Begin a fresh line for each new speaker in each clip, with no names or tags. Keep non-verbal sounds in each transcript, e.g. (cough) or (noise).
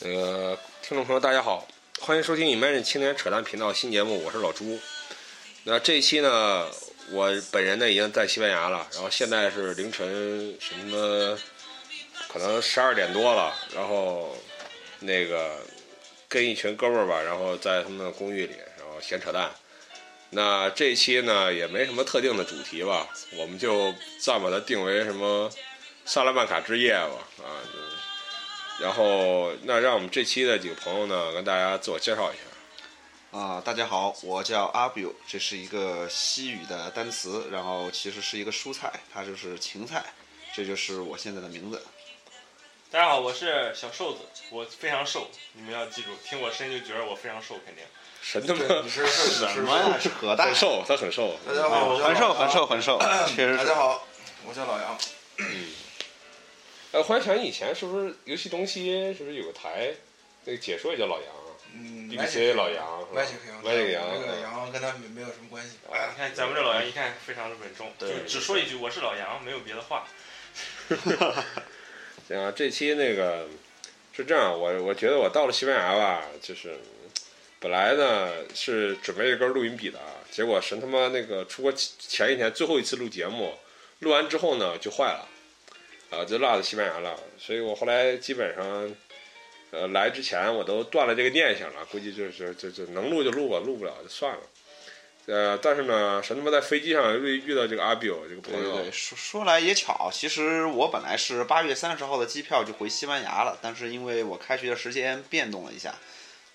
那个呃听众朋友，大家好，欢迎收听 Imagine 青年扯淡频道新节目，我是老朱。那这一期呢，我本人呢已经在西班牙了，然后现在是凌晨什么，可能十二点多了，然后那个跟一群哥们儿吧，然后在他们的公寓里，然后闲扯淡。那这一期呢也没什么特定的主题吧，我们就暂把它定为什么萨拉曼卡之夜吧，啊。就然后，那让我们这期的几个朋友呢，跟大家自我介绍一下。
啊、大家好，我叫阿比，这是一个西语的单词，然后其实是一个蔬菜，它就是芹菜，这就是我现在的名字。
大家好，我是小瘦子，我非常瘦，你们要记住，听我声音就觉得我非常瘦，肯定。
神他妈
是什
什么呀？是核弹
很？瘦，他很瘦。
大家好，我叫
很瘦，
老
很瘦，。很 (clears throat)
杨
瘦，确实
大
是
家。好，我叫老杨。
哎，忽然想起以前是不是游戏东西是不是有个台，那个解说也叫老杨啊
嗯
，BBC 老杨嗯是吧
歪斜黑羊，
歪斜
那
羊。
个羊跟他们没有什么关系。
哎
你看咱们这老杨一看非常的稳重，
对
就只说一句我是老杨，没有别的话。
(laughs) 行啊，这期那个是这样，我我觉得我到了西班牙吧，就是本来呢是准备一根录音笔的，啊，结果神他妈那个出国前前一天最后一次录节目，录完之后呢就坏了，啊、就落在西班牙了，所以我后来基本上。呃，来之前我都断了这个念想了，估计就是就就能录就录吧，录不了就算了。呃，但是呢，神他妈在飞机上遇遇到这个阿比欧这个
对
朋友，
对对，说说来也巧，其实我本来是八月三十号的机票就回西班牙了，但是因为我开学的时间变动了一下，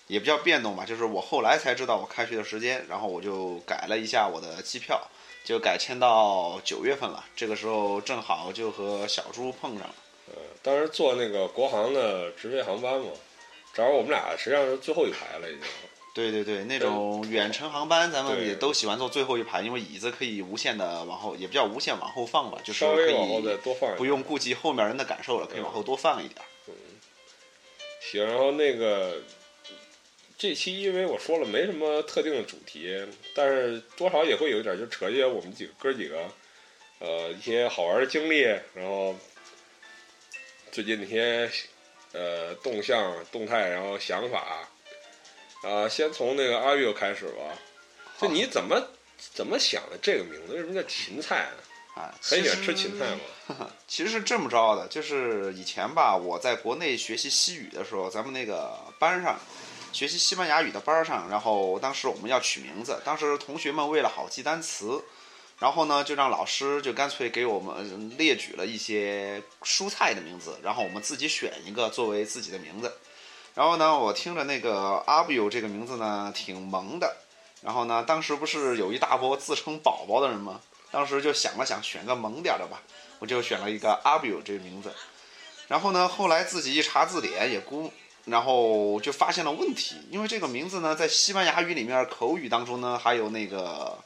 也不叫变动吧，就是我后来才知道我开学的时间，然后我就改了一下我的机票，就改签到九月份了。这个时候正好就和小猪碰上了。
呃，当时坐那个国航的直飞航班嘛，正好我们俩实际上是最后一排了，已经。
对对对，那种远程航班，咱们
对
也都喜欢坐最后一排，因为椅子可以无限的往后，也不叫无限往后放吧，就是
稍
可
微往后再
以
多放一点
不用顾及后面人的感受了，可以往后多放一点。
行，然后那个这期因为我说了没什么特定的主题，但是多少也会有一点，就扯一些我们几个哥几个，呃，一些好玩的经历，然后最近的一些呃动向、动态，然后想法，啊、先从那个阿月开始吧，就你怎么怎么想的这个名字？为什么叫芹菜呢？
啊，
很喜
其
欢
实
吃芹菜嘛。
其实是这么着的，就是以前吧，我在国内学习西语的时候，咱们那个班上学习西班牙语的班上，然后当时我们要取名字，当时同学们为了好记单词，然后呢就让老师就干脆给我们列举了一些蔬菜的名字，然后我们自己选一个作为自己的名字。然后呢，我听着那个阿布友这个名字呢挺萌的，然后呢，当时不是有一大波自称宝宝的人吗？当时就想了想，选个萌点儿的吧。我就选了一个阿比友这个名字。然后呢，后来自己一查字典也估，然后就发现了问题，因为这个名字呢，在西班牙语里面口语当中呢，还有那个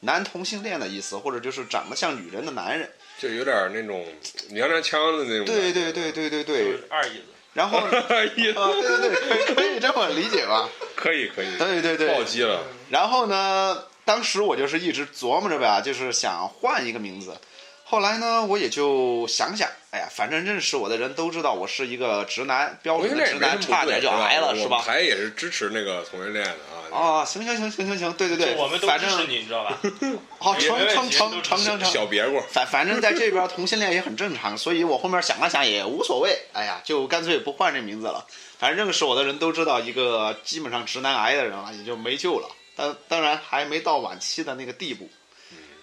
男同性恋的意思，或者就是长得像女人的男人。
就有点那种娘娘腔的那种。哎
对
(laughs)
对对，对对
就
对。
是二椅子，
然后啊，
也
对对对，可以可以这么理解吧？
可以可以，
对对对，
暴击了。
然后呢，当时我就是一直琢磨着吧，就是想换一个名字。后来呢，我也就想想，哎呀，反正认识我的人都知道我是一个直男，标
同
准
性恋也
的直
没
男，
什么
差
不对
点就挨了，是
我们
吧？
台也是支持那个同性恋的啊。
啊，行行行行行行，对对对，
就我们都
反
支
正
持你，你
(laughs)
知道吧？
好成
没问
成
题
成
都支
成
持
成成，
小别过，
反反正在这边同性恋也很正常，所以我后面想了想也无所谓，哎呀，就干脆不换这名字了。反正认识我的人都知道，一个基本上直男癌的人了，也就没救了。但当然还没到晚期的那个地步。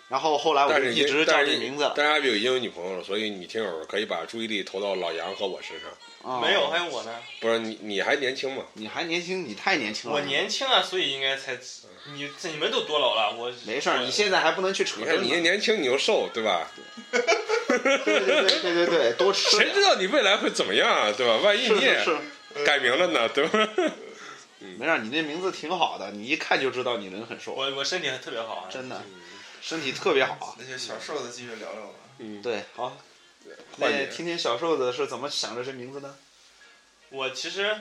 然后后来我
嗯但
就是一直叫
但
这
是
名字了。
但是阿比已经有女朋友了，所以你听友可以把注意力投到老杨和我身上。
啊
没有，还，有我呢。
不是你你还年轻嘛？
你还年轻，你太年轻了。
我年轻啊，所以应该才你这你们都多老了，我
没事儿，你现在还不能去扯
你
这
看
个。
你年轻你又瘦，对吧？
啊对对对对对对，多吃
谁
点。
知道你未来会怎么样啊？对吧？万一
是
你
是
也嗯
是，
改名了呢，对吧？
没事儿，你那名字挺好的，你一看就知道你人很瘦，
我我身体还特别好啊。
真的，身体特别好啊。
那就小瘦子继续聊聊吧。
嗯，
对，好，
换
那
你
听听小瘦子是怎么想着这名字呢？
我其实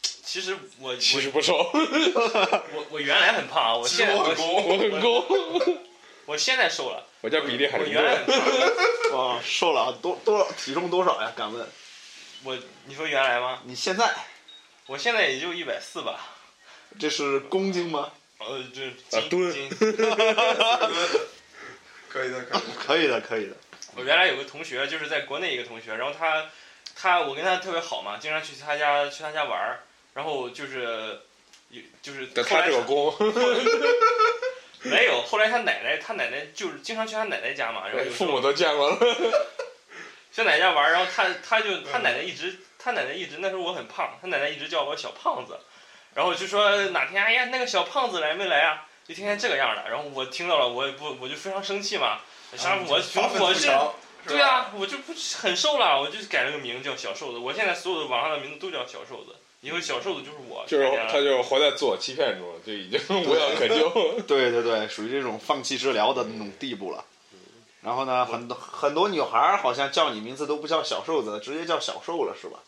其实我
其实不瘦，
我我我原来很胖啊，我
其实
现在
我很
我
(laughs) 我很
(laughs)
高，
我现在瘦了，
我叫比利海
我
林
原来
顿
很。胖，
(laughs) 哇，瘦了啊，多多少体重多少呀？敢问
我你说原来吗？
你现在
我现在也就一百四吧，
这是公斤吗？
呃，这
啊
斤
吨
斤。
(laughs)
可以的，可以的。
可以的，可以的。
(laughs) 我原来有个同学，就是在国内一个同学，然后他他我跟他特别好嘛，经常去他家去他家玩儿，然后就是有就是
等
后
他
来
这个功，
(laughs) 没有，后来他奶奶他奶奶就是经常去他奶奶家嘛，然后有时
(laughs) 父
候
母都见过了。
去奶奶家玩儿，然后他他就
嗯
他奶奶一直他奶奶一直那时候我很胖，他奶奶一直叫我小胖子，然后就说哪天哎呀那个小胖子来没来啊？就天天这个样儿的，然后我听到了，我不我就非常生气嘛，啥我
啊发愤
我
图
是
强，是
对
吧，
啊，我就不很瘦了，我就改了个名叫小瘦子。我现在所有的网上的名字都叫小瘦子，以后小瘦子就是我。
就是
看见了
他就是活在自我欺骗中，就已经 (laughs) 无药可救。
对对对，属于这种放弃治疗的那种地步了。然后呢，很多很多女孩儿好像叫你名字都不叫小瘦子，直接叫小瘦了，是吧？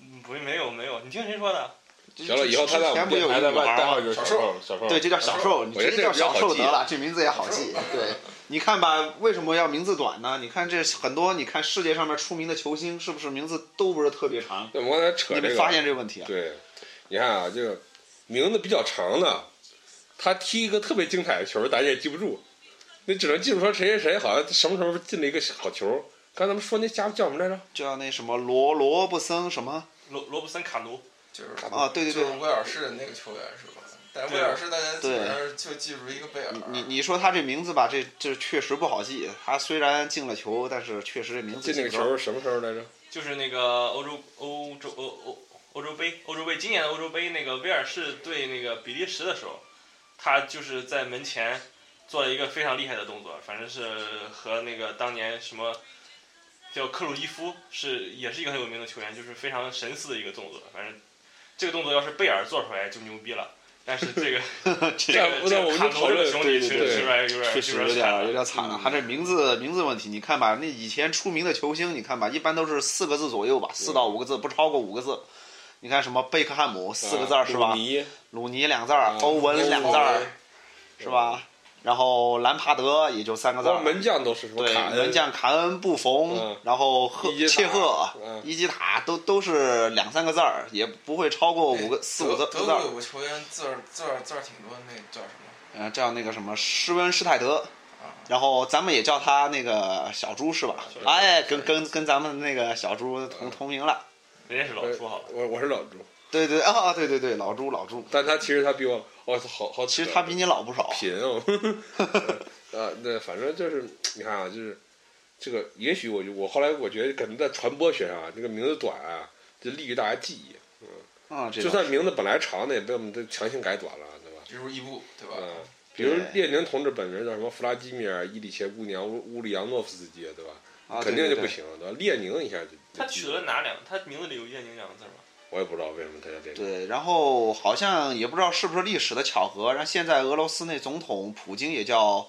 嗯不没有没有，你听谁说的？
行了，以后他在我
前
们
不有
电台
一个
的
女孩
外
儿
代
吗
号就是小
小
瘦，小瘦。
对，就叫小瘦，你
我觉得
直接叫小
啊
瘦得了，这名字也好
(laughs)
记
小瘦。
对，你看吧，为什么要名字短呢？你看这很多，你看世界上面出名的球星，是不是名字都不是特别长？
那我刚才扯
你
这
们
个，
发现这个问题啊？
对，你看啊，这个名字比较长的，他踢一个特别精彩的球，咱也记不住，你只能记住说谁谁谁好像什么时候进了一个好球。刚才咱们说那家伙叫什么来着？
叫那什么罗罗布森什么
罗罗布森卡奴，
就是
啊？对对
就是
对，
威尔士的那个球员是吧？但是威尔士大家基本上就记住一个贝尔。
你你你说他这名字吧，这这确实不好记。他虽然进了球，但是确实这名字
进那个
记不住
球什么时候来着？啊
就是那个欧洲欧洲欧欧欧洲杯欧洲杯，今年的欧洲杯那个威尔士对那个比利时的时候，他就是在门前做了一个非常厉害的动作，反正是和那个当年什么。叫克鲁伊夫是也是一个很有名的球员，就是非常神似的一个动作。反正这个动作要是贝尔做出来就牛逼了，但是
(laughs)
这个
(laughs)
这
样
个
那
这
我们
个卡
就讨
罗这个
论
兄
对
弟
对
确
对
实有点有点
确实
有
有
点
点
惨
儿有
了嗯
点惨了。
嗯
他这名字名字问题，你看吧，那以前出名的球星，你看吧，一般都是四个字左右吧，四到五个字，不超过五个字。你看什么贝克汉姆四个字儿是
啊
吧
鲁？尼
鲁尼两字儿
啊，
欧文两字
欧
儿
文
是吧？然后兰帕德也就三个字
包
儿
括。门将都是什么
对
卡，恩
门将卡恩、布冯
嗯，
然后赫
伊基塔
切赫
嗯、
伊基塔都都是两三个字儿，也不会超过五
哎
个四五个
德
字
德
字
国
儿。
有个球员字儿字儿字儿挺多，那个叫什么？
嗯，叫那个什么施温施泰德
啊，
然后咱们也叫他那个小猪是吧
小？猪
哎，跟跟跟咱们那个小猪同同名了。
人家是老
呃
出好了。
我我是老朱，
对对啊、对对对，老猪老猪，
但他其实他比我，哦，好好扯，
其实他比你老不少。
贫哦， (laughs) 呃，那反正就是你看啊，就是这个，也许我就我后来我觉得可能在传播学上啊，这个名字短啊，就利于大家记忆。
嗯，这
就
种
算名字本来长的，也被我们都强行改短了，对吧？
比如伊布，对吧？
嗯，比如
对
列宁同志本人叫什么弗拉基米尔·伊里切姑娘乌乌里扬诺夫斯基，对吧？
啊，
肯
对
定就
对
不
对
行，对吧？列宁一下就
他取了，哪两？他名字里有“叶宁”两个字吗？
我也不知道为什么他叫列宁。
对，然后好像也不知道是不是历史的巧合，然后现在俄罗斯那总统普京也叫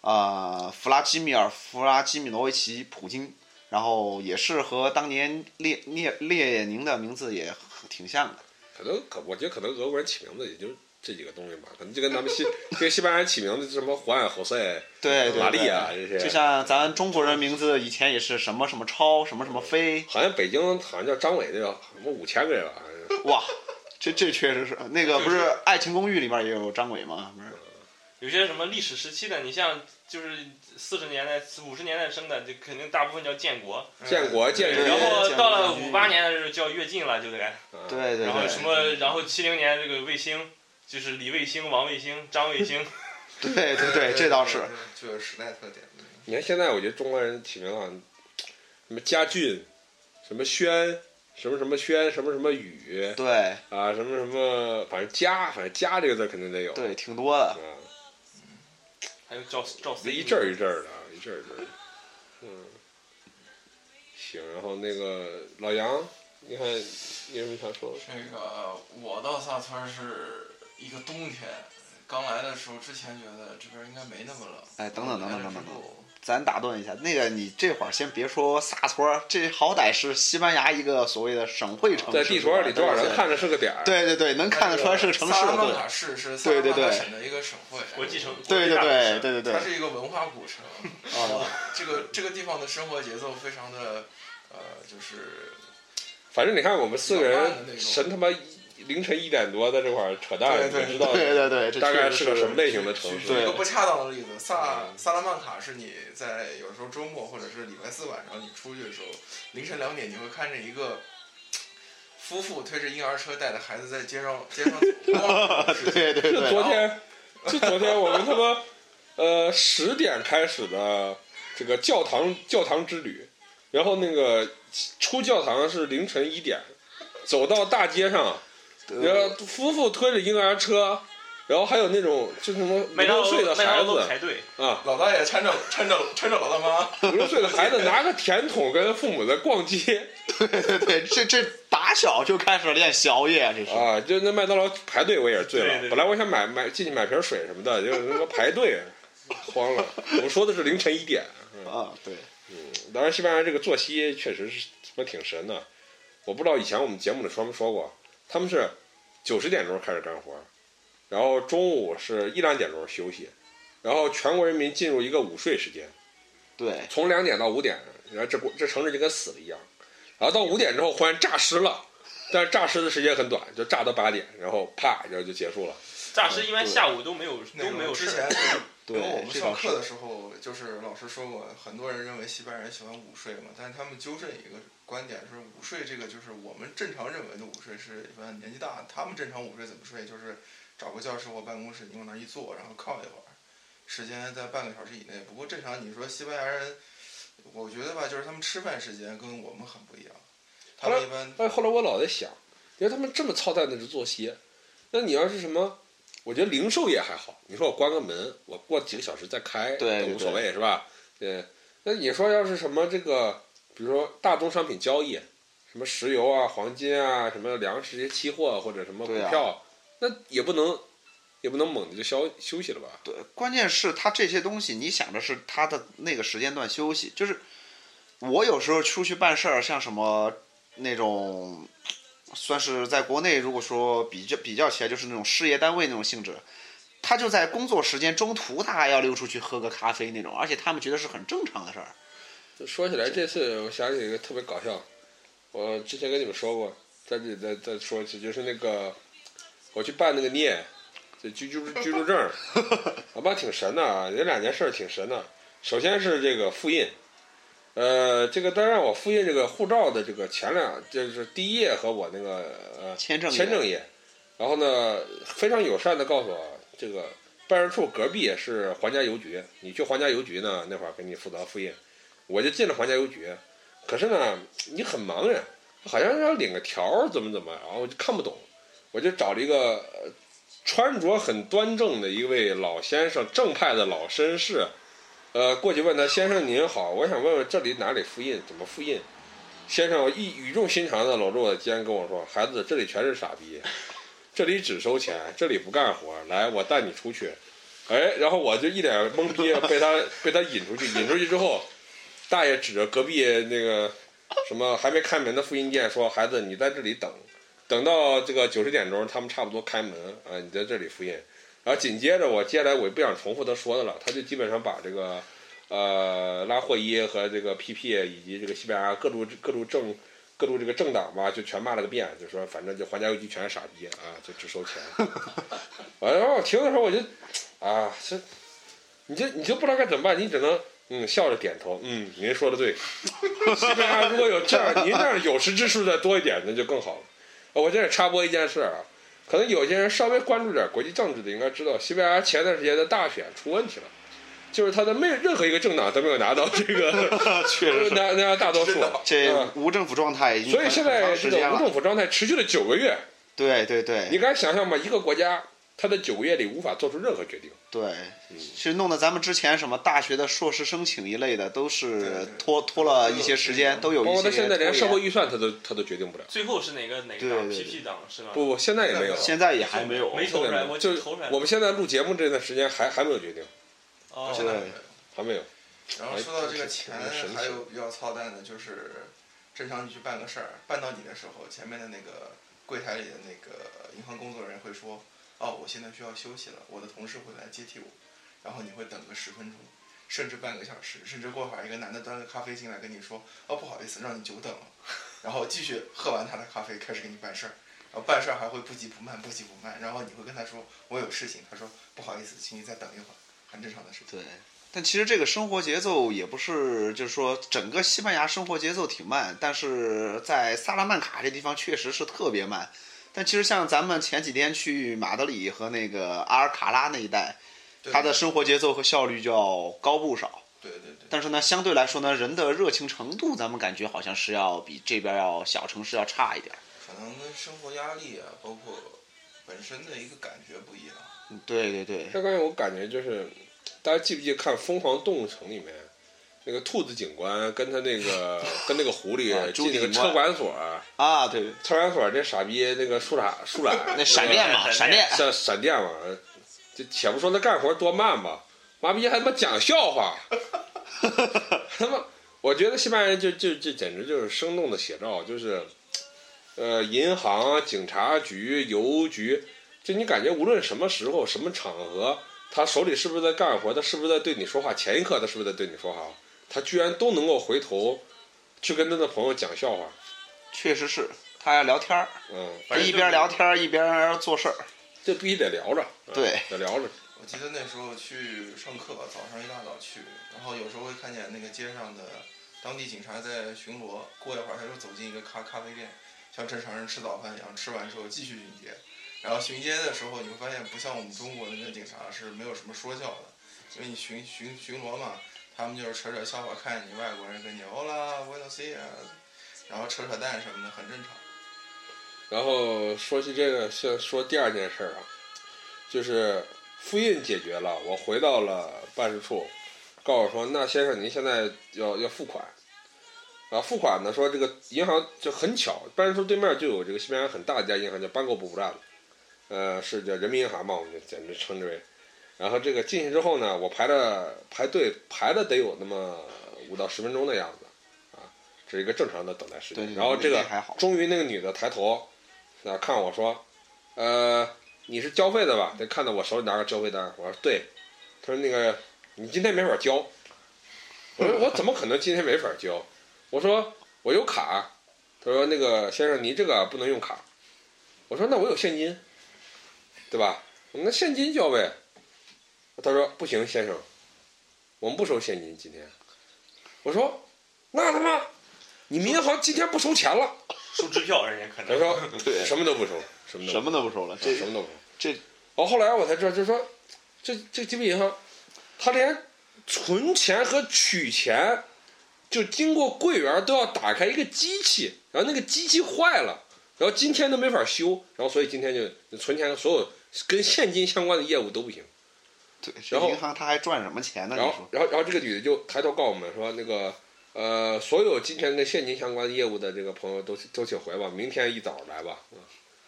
呃弗拉基米尔·弗拉基米诺维奇·普京，然后也是和当年列列列宁的名字也很挺像的。
可能可我觉得可能俄国人起名字也就这几个东西吧，可能就跟咱们西 (laughs) 跟西班牙人起名字什么胡安、侯赛、
对，哎对
玛
对
丽啊这些，
就像咱中国人名字以前也是什么什么超什么什么飞，
好像北京好像叫张伟那个什么五千个人吧，好像是
(laughs) 哇，这这确实是那个不是《爱情公寓》里面也有张伟吗？不是，
有些什么历史时期的，你像就是四十年代、五十年代生的，就肯定大部分叫建国。
嗯
建国建
对
军
然后
建国
到了
建
五
军
八年的时候叫跃进了，就得。
啊
对对
然后
对
什么？然后七零年这个卫星，就是李卫星、王卫星、张卫星。
对对对，这倒是
对，具有时代特点。
你看现在，我觉得中国人起名好像什么家俊，什么轩，什么什么轩，什么什么宇
对
啊，什么什么，反正家，反正家这个字肯定得有。
对，挺多的
啊。，
还有赵赵
这
四
一阵儿一阵儿的，啊，一阵儿一阵儿的。嗯，行，然后那个老杨，你看你有什么想说的？
这个我到萨村是一个冬天，刚来的时候之前觉得这边应该没那么冷。
哎等等等等等等
来了之后
咱打断一下，那个你这会儿先别说萨托尔，这好歹是西班牙一个所谓的省会
哦
城市，
在地图上里多少人
对
看着是个点儿？，
对对对，能看得出来是个城市，
萨拉
对
曼卡市是萨
对
拉
对
曼
对
卡省的一个省会，
国际城。
对对
国际大
对
城市
对对对
它，是一个文化古城。
啊，
这个这个地方的生活节奏非常的，呃，就是
反正你看我们四个
老大的那
人，
种
神他妈凌晨一点多在这块儿扯淡，
对
你知
对
道
对对对，这
大概
确实
是个什么类型的城
举
市？
举一
对
个不恰当的例子，萨
嗯
萨拉曼卡是你在有时候周末或者是礼拜四晚上你出去的时候，凌晨两点你会看着一个夫妇推着婴儿车带着孩子在街上街上走
(laughs)
晃的事情。
(laughs) 对对
(laughs) 就昨
对，
天，就昨天我们他妈呃十点开始的这个教堂教堂之旅，然后那个出教堂是凌晨一点，走到大街上，然后夫妇推着婴儿车，然后还有那种就什么五
麦当
六
劳
岁的
麦当
孩
劳都
子
排队，
啊，
老大爷搀着搀着搀着老大妈，
五六岁的孩子拿个甜筒跟父母在逛街
对对，这这打小就开始练宵夜，这是。
啊，就那麦当劳排队我也是醉
对
了
对，对
本来我想买买进去买瓶水什么的，就是他妈排队， (laughs) 慌了。我说的是凌晨一点。
啊，对，
当然，西班牙这个作息确实是他妈挺神的。我不知道以前我们节目里说没说过，他们是九十点钟开始干活，然后中午是一两点钟休息，然后全国人民进入一个午睡时间，
对，
从两点到五点，然后这国这城市就跟死了一样。然后到五点之后忽然诈尸了，但是诈尸的时间很短，就诈到八点，然后啪，然后就结束了。
诈尸一般下午都没有
那
都没有
之
事
前
儿。
对
跟我们
这
上
倒是
课的时候，就是老师说过，很多人认为西班牙人喜欢午睡嘛，但是他们纠正一个观点是，午睡这个就是我们正常认为的午睡是一般年纪大，他们正常午睡怎么睡？就是找个教室或办公室，你往那儿一坐，然后靠一会儿，时间在半个小时以内。不过正常，你说西班牙人，我觉得吧，就是他们吃饭时间跟我们很不一样，他们一般
但后来我老在想，你说他们这么操蛋的作息，那你要是什么，我觉得零售业还好，你说我关个门，我过几个小时再开，
对
都
对
无所谓是吧？对。那你说要是什么这个，比如说大宗商品交易，什么石油啊、黄金啊、什么粮食这些期货或者什么股
对啊
票，那也不能也不能猛的就消休息了吧？
对，关键是它这些东西，你想的是它的那个时间段休息，就是我有时候出去办事儿，像什么那种，算是在国内如果说比较比较起来，就是那种事业单位那种性质，他就在工作时间中途他还要溜出去喝个咖啡那种，而且他们觉得是很正常的事儿。
就说起来这次，我想起一个特别搞笑，我之前跟你们说过，在这里再再说一次，就是那个我去办那个镍，就居住居住证儿，我爸挺神的啊，有两件事儿挺神的。首先是这个复印，呃，这个当然我复印这个护照的这个前两，就是第一页和我那个呃
签证也
签证页，然后呢非常友善的告诉我，这个办事处隔壁是皇家邮局，你去皇家邮局呢那会儿给你负责复印，我就进了皇家邮局，可是呢你很茫然，好像要领个条儿怎么怎么，然后我就看不懂，我就找了一个呃穿着很端正的一位老先生，正派的老绅士，呃，过去问他：“先生您好，我想问问这里哪里复印，怎么复印？”先生一语重心长的搂住我的肩跟我说：“孩子，这里全是傻逼， (laughs) 这里只收钱，这里不干活，来，我带你出去。”哎，然后我就一脸懵逼，被他 (laughs) 被他引出去，引出去之后，大爷指着隔壁那个什么还没开门的复印店说：“孩子，你在这里等，等到这个九十点钟，他们差不多开门啊，你在这里复印。”然后紧接着我接下来我也不想重复他说的了，他就基本上把这个呃拉霍伊和这个 PP 以及这个西班牙各路各路政各路这个政党吧，就全骂了个遍，就说反正就皇家邮局全是傻逼啊，就只收钱。 (laughs) 完了然后我听的时候我就啊，这你就你就不知道该怎么办，你只能嗯笑着点头，嗯，您说的对。西班牙如果有这样，您这样有识之士再多一点，那就更好了。我这里插播一件事啊，可能有些人稍微关注点国际政治的，应该知道西班牙前段时间的大选出问题了，就是他的没任何一个政党都没有拿到这
(laughs)
个
(laughs) 确实是，
拿拿大多数，
这
啊
无政府状态已经
所以现
很
在
长
这
时
个
间
无
了。
政府状态持续了九个月，
对对
你
对
敢想象吗？一个国家它在九个月里无法做出任何决定。
对，
嗯
是弄得咱们之前什么大学的硕士申请一类的，都
对
是
对
拖拖了一些时间，都有一
包
些
括
拖
他
延。
现在连社会预算他都他都决定不了。
最后是哪个哪个
对对
党
对
PP 党是吧？
不不，现在也没有。
现在也还没有。
没
现
投出
在
来，
没有
我
就
就是投出来了。
我们现在录节目这段时间还还没有决定，
哦，
现在
对
还没有。
然后说到这个钱，还有比较操蛋的就是，正常你去办个事儿，办到你的时候，前面的那个柜台里的那个银行工作人员会说：“哦，我现在需要休息了，我的同事会来接替我。”然后你会等个十分钟，甚至半个小时，甚至过会儿一个男的端个咖啡进 (laughs) 来跟你说：“哦，不好意思，让你久等了。”然后继续喝完他的咖啡，开始给你办事儿。然后办事儿还会不急不慢，不急不慢。然后你会跟他说我有事情，他说不好意思，请你再等一会儿，很正常的事情。
对，但其实这个生活节奏也不是，就是说整个西班牙生活节奏挺慢，但是在萨拉曼卡这地方确实是特别慢。但其实像咱们前几天去马德里和那个阿尔卡拉那一带，
对
它的生活节奏和效率就要高不少。
对对对，
但是呢，相对来说呢，人的热情程度，咱们感觉好像是要比这边要小城市要差一点儿。
可能跟生活压力啊，包括本身的一个感觉不一样。
嗯对对对，
那关键我感觉就是，大家记不记得看《疯狂动物城》里面，那个兔子警官跟他那
(laughs)
个跟那个狐
啊
狸
朱
进那个
警官
车管所，
啊对，
车管所这傻逼那个树懒树懒
那闪电嘛，闪
闪
电
电，
像闪电嘛，就且不说那干活多慢吧，妈逼还他妈讲笑话，他妈，我觉得西班牙人就就这简直就是生动的写照，就是，呃，银行、警察局、邮局，就你感觉无论什么时候、什么场合，他手里是不是在干活，他是不是在对你说话，前一刻他是不是在对你说话，他居然都能够回头去跟他的朋友讲笑话，
确实是他要聊天儿，
嗯，
反正
一
就
边聊天儿一边做事儿。
这必须得聊着，嗯
对
得聊着，
我记得那时候去上课，早上一大早去，然后有时候会看见那个街上的当地警察在巡逻，过一会儿他就走进一个咖咖啡店，像正常人吃早饭一样，吃完之后继续巡街。然后巡街的时候，你会发现不像我们中国的那个警察是没有什么说教的，因为你巡巡巡逻嘛，他们就是扯扯笑话，看见你外国人跟你 Hola buenos dias，然后扯扯淡什么的，很正常。
然后说起这个，先说第二件事儿啊，就是复印解决了，我回到了办事处，告诉我说，那先生您现在要要付款，啊，付款呢说这个银行就很巧，办事处对面就有这个西班牙很大的一家银行叫班戈布布站，呃，是叫人民银行嘛，我们就简直称之为。然后这个进去之后呢，我排了排队排了得有那么五到十分钟的样子，啊，这是一个正常的等待时
对，
间。然后这个
那还好，
终于那个女的抬头，啊，看我说，呃，你是交费的吧？她看到我手里拿个交费单，我说对。她说那个你今天没法交。我说我怎么可能今天没法交？我说我有卡。她说那个先生您这个不能用卡。我说那我有现金，对吧？那现金交呗。她说不行先生，我们不收现金今天。我说那他妈你们银行今天不收钱了。
收支票人家可
他
能。
说
对
什么都不收，什么都
什么都不说了，这
什么都不收。
这
哦，后来我才知道，就是说，这这基本银行，他连存钱和取钱，就经过柜员都要打开一个机器，然后那个机器坏了，然后今天都没法修，然后所以今天就存钱和所有跟现金相关的业务都不行。
对，这
然后
银行他还赚什么钱呢？你
然后
说，
然后，然后这个女的就抬头告我们说，那个呃，所有今天跟现金相关的业务的这个朋友都都请回吧，明天一早来吧，啊，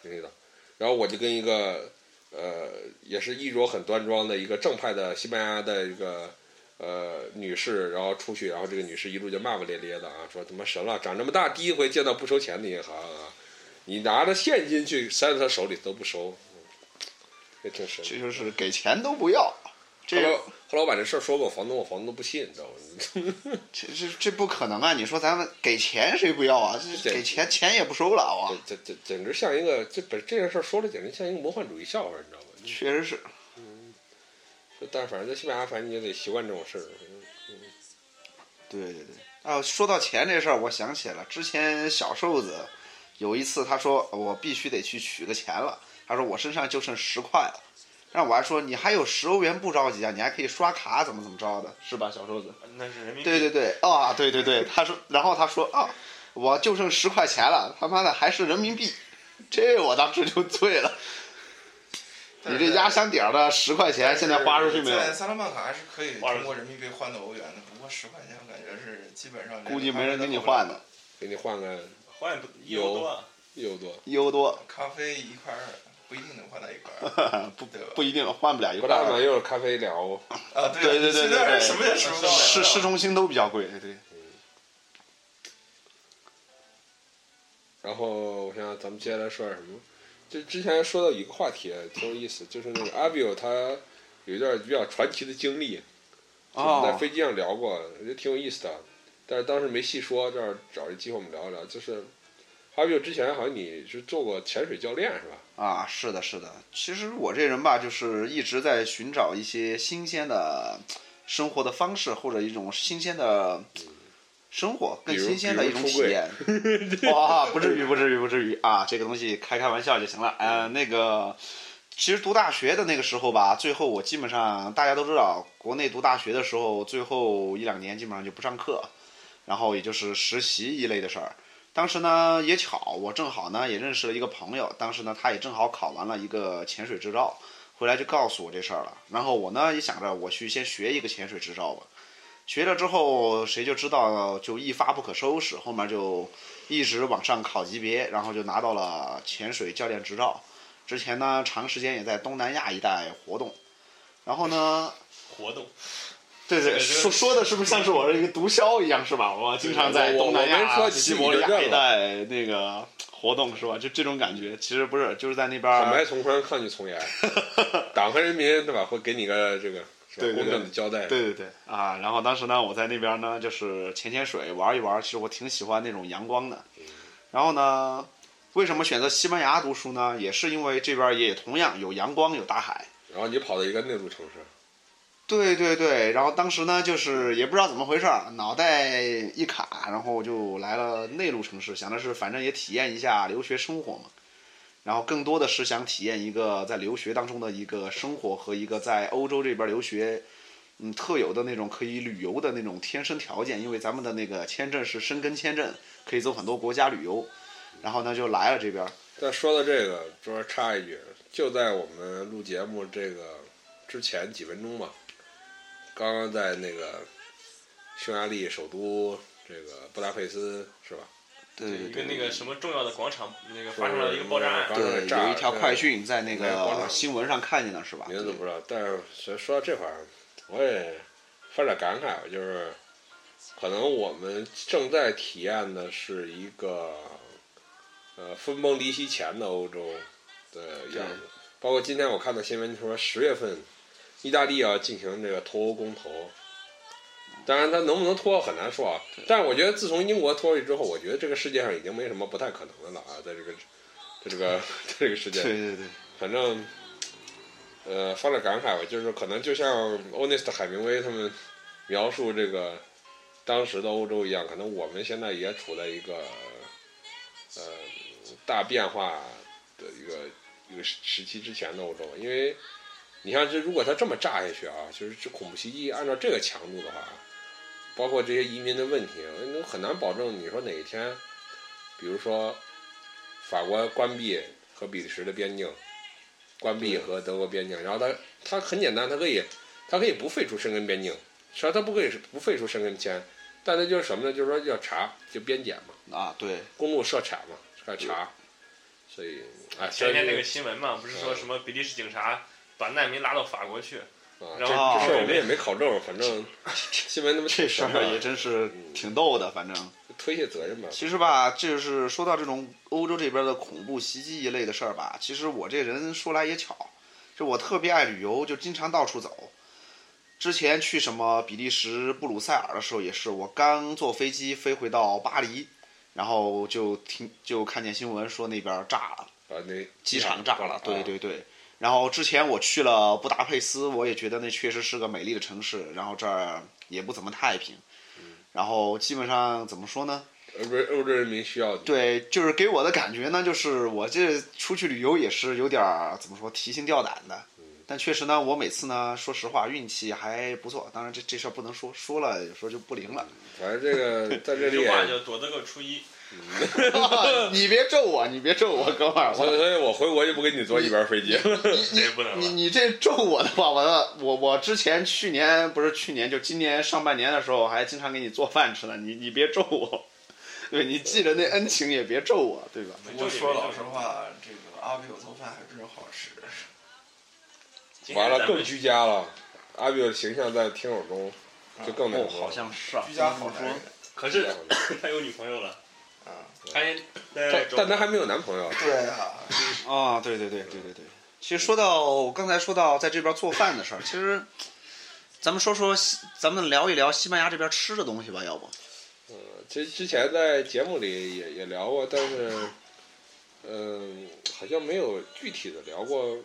明天一早。然后我就跟一个呃，也是衣着很端庄的一个正派的西班牙的一个呃女士，然后出去，然后这个女士一路就骂骂咧咧的啊，说他妈神了，长这么大第一回见到不收钱的银行啊，你拿着现金去塞到他手里都不收，嗯也挺神的。
这就是给钱都不要，
后来
这
后来我把这事儿说给我房东，我房东都不信，你知道吗？
这这这不可能啊！你说咱们给钱谁不要啊？这
对
给钱钱也不收了啊！
这这这简直像一个这本这件事儿说的简直像一个魔幻主义笑话，你知道吗？就
确实是，
就但是反正在西班牙，反正你也得习惯这种事儿。嗯
对对对。啊，说到钱这事儿，我想起了之前小瘦子有一次，他说我必须得去取个钱了，他说我身上就剩十块了，然后我还说你还有十欧元不着急啊，你还可以刷卡怎么怎么着的，是吧，小瘦子？
那是人民币。
对对对，啊，对对对，他说，然后他说啊，我就剩十块钱了，他妈的还是人民币，这我当时就醉了。你这压箱底儿的十块钱，现在花出去没有？
在萨拉曼卡还是可以
花出去
通过人民币换到欧元的，不过十块钱我感觉是基本上
估计没人给你换的，
给你换个
换也不一欧多啊，
一有多，
一欧多，
(laughs) 咖啡一块二，不一定能换到一块二
(laughs) 不
对吧
不一定换不了一
不
块
大可能
儿。
又是咖啡聊，
啊！
对对对对
对现在
对
什么也吃不
是
到
市
了。
市中心都比较贵，对。
然后我想想咱们接下来说点什么？就之前说到一个话题啊挺有意思，就是那个阿比奥他有一段比较传奇的经历，我们在
哦，
飞机上聊过，我觉得挺有意思的，但是当时没细说，这儿找一机会我们聊一聊。就是还有之前好像你是做过潜水教练是吧？
啊，是的，是的。其实我这人吧，就是一直在寻找一些新鲜的生活的方式，或者一种新鲜的生活，更
比如
新鲜的
比
一
如
种
出
体
柜
验。
(laughs)
哇，不至于，不至于，不至于啊！这个东西开开玩笑就行了。呃，那个，其实读大学的那个时候吧，最后我基本上大家都知道，国内读大学的时候，最后一两年基本上就不上课，然后也就是实习一类的事儿。当时呢也巧，我正好呢也认识了一个朋友，当时呢他也正好考完了一个潜水执照，回来就告诉我这事儿了。然后我呢也想着我去先学一个潜水执照吧，学了之后谁就知道就一发不可收拾，后面就一直往上考级别，然后就拿到了潜水教练执照。之前呢长时间也在东南亚一带活动，然后呢
活动。
对对，
对这个
说说的是不是像是我这个毒枭一样是吧？我经常在东
我
南
我没说
亚、
你自
西
己就
伯利
认
亚
了
一带那个活动是吧？就这种感觉，其实不是，就是在那边
坦白
儿。
啊从宽，抗拒
(laughs)
从严，党和人民对吧？会给你个这个是吧
对对对
公正的交代。
对对对啊！然后当时呢，我在那边呢，就是潜潜水玩一玩，其实我挺喜欢那种阳光的。然后呢，为什么选择西班牙读书呢？也是因为这边也同样有阳光，有大海。
然后你跑到一个内陆城市，
对对对，然后当时呢，就是也不知道怎么回事儿，脑袋一卡，然后就来了内陆城市，想的是反正也体验一下留学生活嘛，然后更多的是想体验一个在留学当中的一个生活和一个在欧洲这边留学，嗯，特有的那种可以旅游的那种天生条件，因为咱们的那个签证是申根签证，可以走很多国家旅游，然后呢就来了这边儿，
但说到这个，这儿插一句，就在我们录节目这个之前几分钟吧，刚刚在那个匈牙利首都这个布达佩斯是吧？
对对
一个
对，
那个什么重要的广场那个发生了一个爆炸案
发，生了
对
炸
有一条
对
快讯在那
在广
个
场
新闻上看见了是吧？
名字不知道，但是说说到这块儿，我也发点感慨吧，就是可能我们正在体验的是一个呃分崩离析前的欧洲的样子。包括今天我看到新闻说，十月份意大利要进行这个脱欧公投，当然它能不能脱欧很难说啊。但是我觉得自从英国脱欧之后，我觉得这个世界上已经没什么不太可能的了啊，在这个在这个在这个世界上。
对对对。
反正，呃，发点感慨吧，就是可能就像欧内斯特海明威他们描述这个当时的欧洲一样，可能我们现在也处在一个呃大变化的一个一个时时期之前的欧洲，因为你看这如果它这么炸下去啊，就是这恐怖袭击按照这个强度的话，包括这些移民的问题，你很难保证你说哪一天，比如说法国关闭和比利时的边境。关闭和德国边境，然后它它很简单，它可以它可以不废除申根边境，实际上它不可以是不废除申根签，但它就是什么呢？就是说要查，就边检嘛，
啊，对，
公路设卡嘛，要查，
嗯
所以哎，
前天那
这
个新闻嘛，不是说什么比利时警察把难民拉到法国去，
啊，这
然
后
这事儿我们也没考证，反
(laughs)
正新闻他们
这事儿也真是挺逗的。反正
推卸责任吧，
其实吧，就是说到这种欧洲这边的恐怖袭击一类的事儿吧，其实我这人说来也巧，就我特别爱旅游，就经常到处走。之前去什么比利时布鲁塞尔的时候，也是我刚坐飞机飞回到巴黎，然后就听就看见新闻说那边炸了。
把那
机场炸
了啊
了，，对对对。然后之前我去了布达佩斯，我也觉得那确实是个美丽的城市，然后这儿也不怎么太平。然后基本上怎么说呢？
欧洲欧洲人民需要你，
对，就是给我的感觉呢，就是我这出去旅游也是有点儿怎么说提心吊胆的。但确实呢，我每次呢，说实话运气还不错。当然这这事儿不能说，说了有时候就不灵了。
反正这
(laughs)
个在这里
一句
也，
话叫躲得个初一。
你别咒我，你别咒我，哥们儿，
所以
我
所以我回国就不跟你
嗯
坐一班飞机了，
这不能
你
了。
你这咒我的话，我我我之前去年不是去年，就今年上半年的时候，还经常给你做饭吃呢。你你别咒我，对你记着那恩情也别咒我，对吧？
不过说老实话，这个阿比有做饭还真好吃。
今天
完了
咱
更
们
居家了，阿比的形象在听友中就更那什
哦，
么了
好像是啊。
居家好男人，
可是他有女朋友了，
啊，
他也
但但她
他
还没有男朋友。
对啊，
啊，对对对对对对。其实说到刚才说到在这边做饭的事儿，其实咱们说说西咱们聊一聊西班牙这边吃的东西吧，要不？
之之前在节目里也也聊过，但是，嗯、好像没有具体的聊过，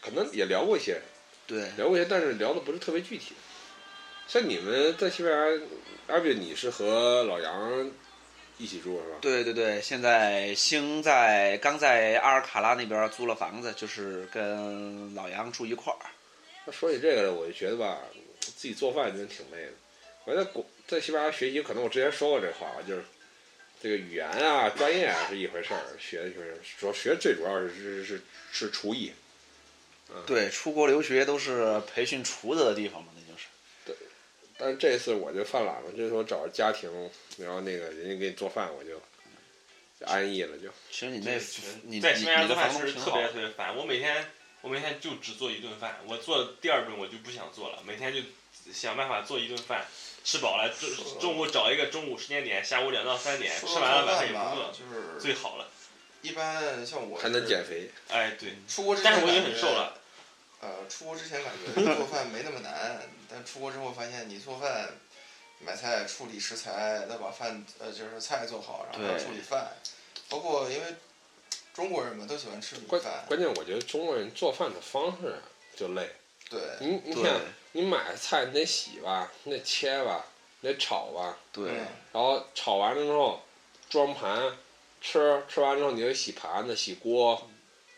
可能也聊过一些，
对，
聊过一些，但是聊的不是特别具体。像你们在西班牙，阿比你是和老杨一起住是吧？
对对对，现在星在刚在阿尔卡拉那边租了房子，就是跟老杨住一块儿。
那说起这个来，我就觉得吧，自己做饭真挺累的。我在国在西班牙学习，可能我之前说过这话，啊就是这个语言啊、专业啊是一回事儿，学的就是主要学最主要是是是是厨艺。
对，出国留学都是培训厨子的地方嘛，那就是。
但是这次我就犯懒了，这次我找家庭，然后那个人家给你做饭，我就就安逸了，就
其实你那
对其实，
你你
在西班牙
你
做
的
饭
房东
确实
挺
特
好
别。特别烦，我每天我每天就只做一顿饭，我做第二顿我就不想做了，每天就想办法做一顿饭，吃饱了中中午找一个中午时间点，下午两到三点
哎说
吃
到
完了晚上也
饭
不饿，
吧，就是
最好了。
一般像我
还能
是
减肥。
哎，对，
出国之前，
但是我已经很瘦了。。
呃，出国之前感觉做饭没那么难，但出国之后发现你做饭、买菜、处理食材，再把饭呃就是菜做好，然后还要
对
处理饭，包括因为中国人嘛都喜欢吃米
关
饭，
关键我觉得中国人做饭的方式啊就累，
哎对
嗯
你你
对
想你买菜你得洗吧，你得切吧，你得炒吧，
对
嗯，
然后炒完了之后装盘吃，吃完之后你就洗盘子、洗锅，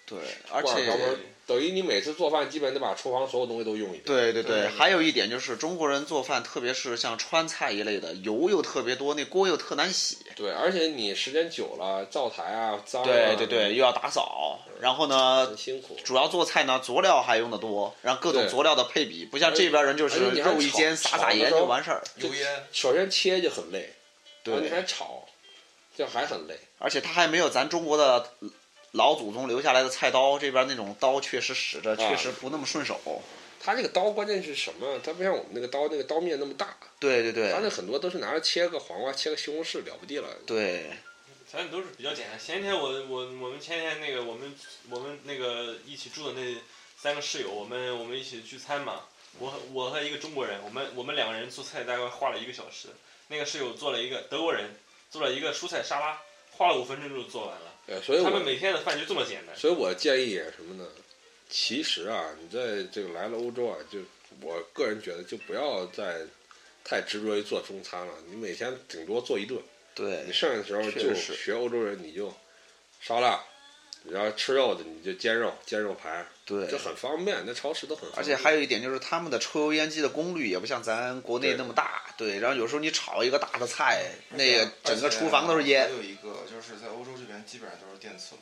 对，而
挂上
且
门等于你每次做饭基本得把厨房所有东西都用一遍。
对对对，
对
还有一点就是中国人做饭，特别是像川菜一类的，油又特别多，那锅又特难洗。
对，而且你时间久了，灶台啊脏啊，
对对对，，又要打扫，然后呢
很，辛苦。
主要做菜呢，佐料还用的多，然后各种
对
佐料的配比，不像
而
这边人就是
而且你还
肉一
炒
煎，撒
炒
撒
的
盐
时候
就完事儿。
油烟
首先切就很累，然后你还
对，
炒，这还很累。
而且他还没有咱中国的老祖宗留下来的菜刀，这边那种刀确实使
啊
着确实不那么顺手。
它这个刀关键是什么？它不像我们那个刀，那个刀面那么大，
对对
它那
对
很多都是拿着切个黄瓜、切个西红柿了不地了。
对，
咱都是比较简单。前天我我我们前天那个我们我们那个一起住的那三个室友，我们我们一起聚餐嘛。我和我和一个中国人，我们我们两个人做菜大概花了一个小时。那个室友做了一个德国人做了一个蔬菜沙拉，花了五分钟就做完了。
呃，所以
他们
我
每天的饭就这么简单。
所以我建议什么呢？其实啊，你在这个来了欧洲啊，就我个人觉得，就不要再太执着于做中餐了。你每天顶多做一顿，
对
你，剩下的时候
确
就
实是
学欧洲人，你就烧腊，你要吃肉的你就煎肉，煎肉排，
对，
就很方便。那超市都很方便，
而且还有一点就是他们的抽油烟机的功率也不像咱国内
对
那么大，对。然后有时候你炒一个大的菜，那
而
啊
个
且
整个厨房都是
还
烟。
有一个就是在欧洲这边基本上都是电磁炉，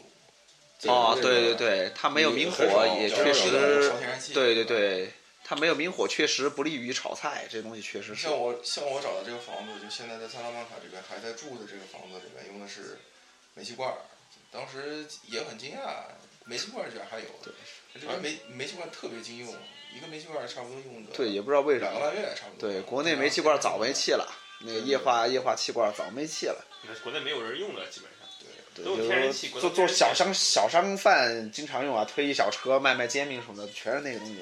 对
哦，
那个
对对对，它没有明火
很少
也
有
确
这
实
烧，天然气，
对对。对，它没有明火确实不利于炒菜，这东西确实是
像。我像我找的这个房子，就现在在萨拉曼卡这边还在住的这个房子里面用的是煤气罐儿，当时也很惊讶，煤气罐儿居然还有，啊这边煤煤气罐儿特别经用，一个煤气罐儿差不多用个
对，也不知道为啥
两。个半月差不多。
对，国内煤气罐早没气了，那个
对
液化液化气罐早没气了。
国内没有人用的，基本上。
对，
都
就是
天然气
是做做小商小商贩经常用啊，推一小车卖卖煎饼什么的，全是那个东西。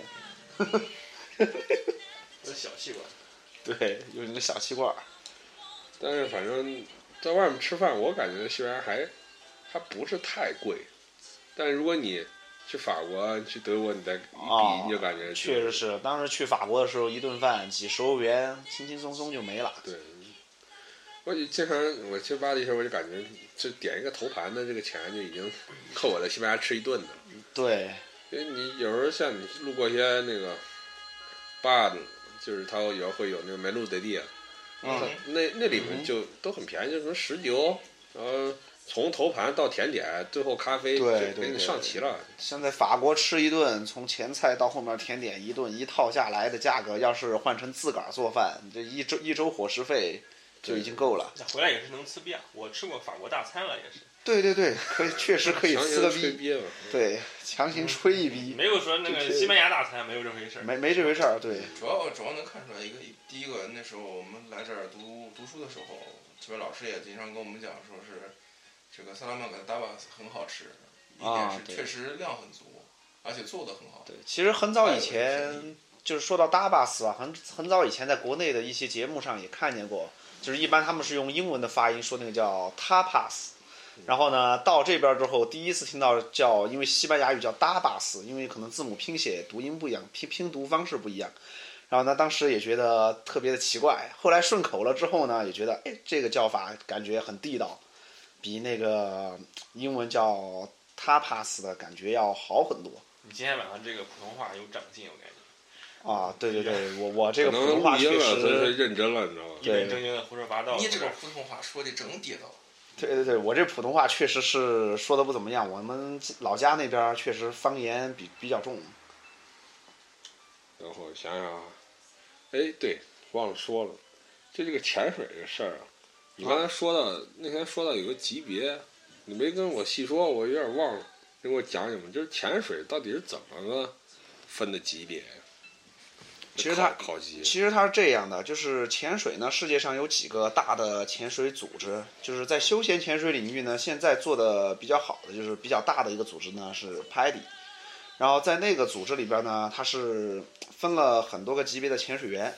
都是小气管。
对，用那个小气罐。
但是反正在外面吃饭，我感觉西班牙还还不是太贵，但如果你去法国、去德国，你再一
哦
比，你就感觉就
确实是，当时去法国的时候，一顿饭几十欧元，轻轻松松就没了。
对。我就经常我去巴黎的时候，我就感觉就点一个头盘的这个钱就已经够我在西班牙吃一顿的了。
对，
因为你有时候像你路过一些那个 bar，就是它有时候会有那个梅露德地啊，
嗯，
那那里面
嗯
就都很便宜，就什么十几欧，然后从头盘到甜点，最后咖啡
对
就
对
给你
对
上齐了。
像在法国吃一顿，从前菜到后面甜点一顿一套下来的价格，要是换成自个儿做饭，这一周一周伙食费就已经够了。
那回来也是能吃遍，我吃过法国大餐了，也是。
对对对，可以确实可以
强
撕
行
个
吹
逼，
逼嘛。
对，强行吹一逼，
没有说那
就
个
是
西班牙大餐没有这回事儿。
没没这回事儿。对，
主要主要能看出来一个，第一个那时候我们来这儿读读书的时候，这边老师也经常跟我们讲，说是这个萨拉曼卡的大巴很好吃，一点
啊
是
对
确实量很足，而且做的很好。
对，其实很早以前，就是说到 Dabas 啊，很很早以前在国内的一些节目上也看见过，就是一般他们是用英文的发音说那个叫 tapas，然后呢到这边之后第一次听到叫，因为西班牙语叫 dabas，因为可能字母拼写读音不一样，拼拼读方式不一样。然后呢，当时也觉得特别的奇怪，后来顺口了之后呢，也觉得哎，这个叫法感觉很地道，比那个英文叫 tapas 的感觉要好很多
你今天晚上这个普通话有长进，我感觉
啊！对对对，我我这个
可
普
能
通话
录音
确
了，所以说
实，
认真了，你知道吗？
一本正经的胡说八道。
你这个
不是
普通话说的真地道，
对对对，我这普通话确实是说的不怎么样，我们老家那边儿确实方言比比较重。
然后想想啊，哎，对，忘了说了，就这个潜水这事儿啊，你刚才说到、那天说到有个级别，你没跟我细说，我有点忘了，你给我讲讲吧。就是潜水到底是怎么个分的级别呀？
其实它
考考级，
其实它是这样的，就是潜水呢，世界上有几个大的潜水组织，就是在休闲潜水领域呢，现在做的比较好的，就是比较大的一个组织呢是 PADI，然后在那个组织里边呢，它是分了很多个级别的潜水员，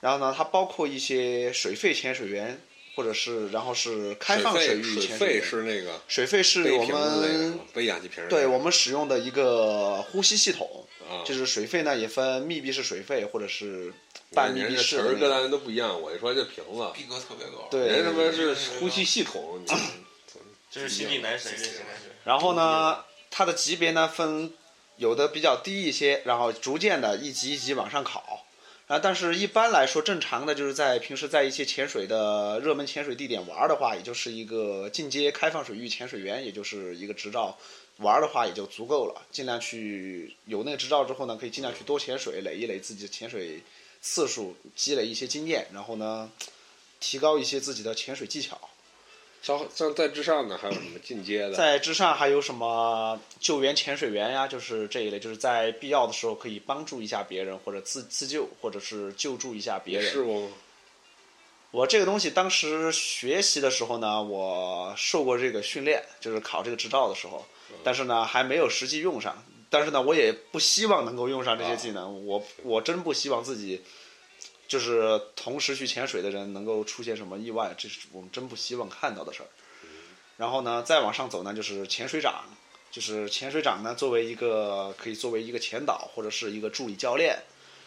然后呢，它包括一些水肺潜水员，或者是然后是开放
水
域
费水
潜水
费
员。
是那个
水肺是
背
我
瓶子那个
们
背氧气瓶儿那个，
对我们使用的一个呼吸系统，
啊，
就是水肺呢也分密闭式水肺或者是半密
人
闭
家
式
词
的
儿
那
跟
个。
咱都不一样，我就说这瓶
(clears throat)
子，
逼格特别高。
对
人家他妈是呼吸系统，你
这是心地男神，这是心地男神。
然后呢，它的级别呢分有的比较低一些，然后逐渐的一级一级往上考。啊，但是一般来说，正常的就是在平时在一些潜水的热门潜水地点玩儿的话，也就是一个进阶开放水域潜水员，也就是一个执照。玩儿的话也就足够了，尽量去有那个执照之后呢，可以尽量去多潜水，累一累自己的潜水次数，积累一些经验，然后呢，提高一些自己的潜水技巧。
稍像在之上呢，还有什么进阶的？
在之上还有什么救援潜水员呀，就是这一类，就是在必要的时候可以帮助一下别人，或者自自救，或者是救助一下别
也
人。
是我
我这个东西当时学习的时候呢，我受过这个训练，就是考这个执照的时候，但是呢还没有实际用上。但是呢，我也不希望能够用上这些技能，我我真不希望自己就是同时去潜水的人能够出现什么意外，这是我们真不希望看到的事儿。然后呢，再往上走呢，就是潜水长，就是潜水长呢，作为一个可以作为一个潜导或者是一个助理教练，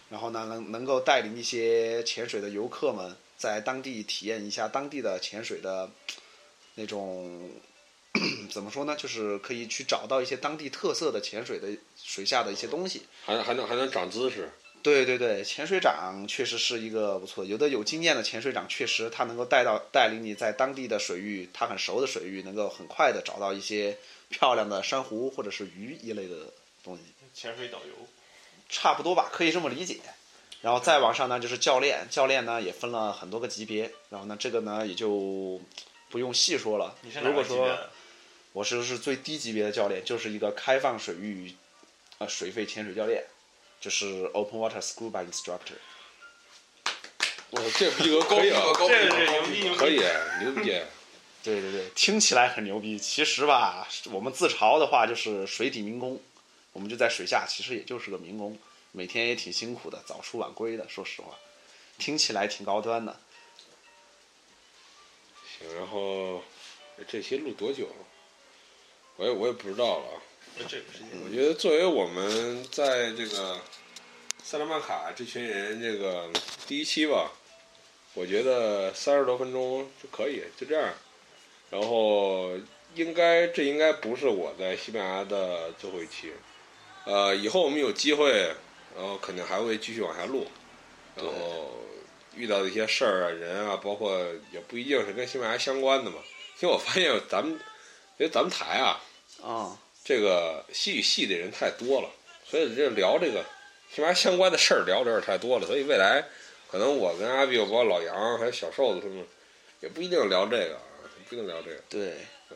然后呢能能够带领一些潜水的游客们在当地体验一下当地的潜水的那种 (clears throat) 怎么说呢，就是可以去找到一些当地特色的潜水的水下的一些东西。
还还能还能长姿势，
对对对，潜水长确实是一个不错的，有的有经验的潜水长确实他能够带到带领你在当地的水域，他很熟的水域，能够很快的找到一些漂亮的珊瑚或者是鱼一类的东西，
潜水导游，
差不多吧，可以这么理解。然后再往上呢，就是教练，教练呢也分了很多个级别，然后呢这个呢也就不用细说了
你是。哪
如
个
果
级别
说
的？
我是是最低级别的教练，就是一个开放水域，呃，水肺潜水教练，就是 Open Water Scuba Instructor。
我操，这 (laughs) 逼格可以啊，
高逼
这
格
是
高
牛
逼
逼
格
牛
可
逼！
以，牛逼！
对对对，听起来很牛逼，其实吧，我们自嘲的话就是水底民工，我们就在水下，其实也就是个民工，每天也挺辛苦的，早出晚归的。说实话，听起来挺高端的。
行，然后这期录多久了？我也我也不知道了啊。
呃这个时间
我觉得作为我们在这个萨拉曼卡这群人这个第一期吧，我觉得三十多分钟就可以，就这样。然后应该这应该不是我在西班牙的最后一期，呃，以后我们有机会，然后肯定还会继续往下录，然后遇到的一些事儿啊、人啊，包括也不一定是跟西班牙相关的嘛。其实我发现咱们，因为咱们台啊，
啊、
这个西语系的人太多了，所以这聊这个西班牙相关的事儿聊的有点太多了，所以未来可能我跟阿比，包括老杨还有小瘦子他们，也不一定聊这个啊，不一定聊这个。
对。呃
嗯，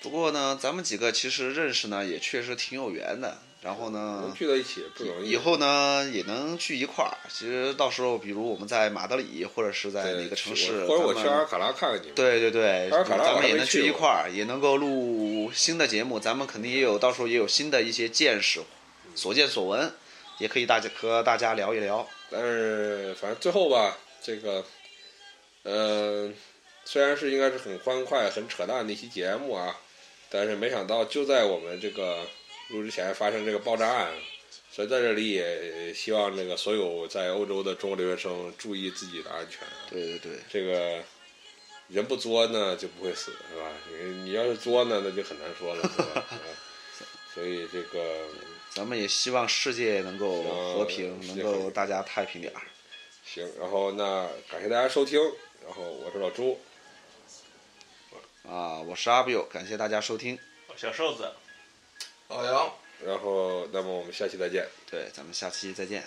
不过呢，咱们几个其实认识呢，也确实挺有缘的。然后
能
呢，
聚到一起不容易。
嗯以后呢也能聚一块儿。其实到时候，比如我们在马德里，或者是在
对
哪个城市，
或者我
咱
去
们
阿尔卡拉看看你们。
对对对，
当然卡拉
咱
我还
们也
没
能
去
聚一
过
块儿，也能够录新的节目，咱们肯定也有，到时候也有新的一些见识、所见所闻，也可以大家和大家聊一聊。
但是反正最后吧，这个嗯、虽然是应该是很欢快、很扯淡的一期节目啊，但是没想到就在我们这个录之前发生这个爆炸案，所以在这里也希望那个所有在欧洲的中国留学生注意自己的安全啊。
对对对，
这个人不作呢就不会死，是吧？你你要是作呢，那就很难说了，是吧？啊所以这个
咱们也希望世界能够
嗯
和平，
世
能
界和
够
平
大家太平点儿。
行，然后那感谢大家收听，然后我是老朱，
啊，我是阿 Biu，感谢大家收听。
我小瘦子。
老杨。
然后那么我们下期再见。
对，咱们下期再见。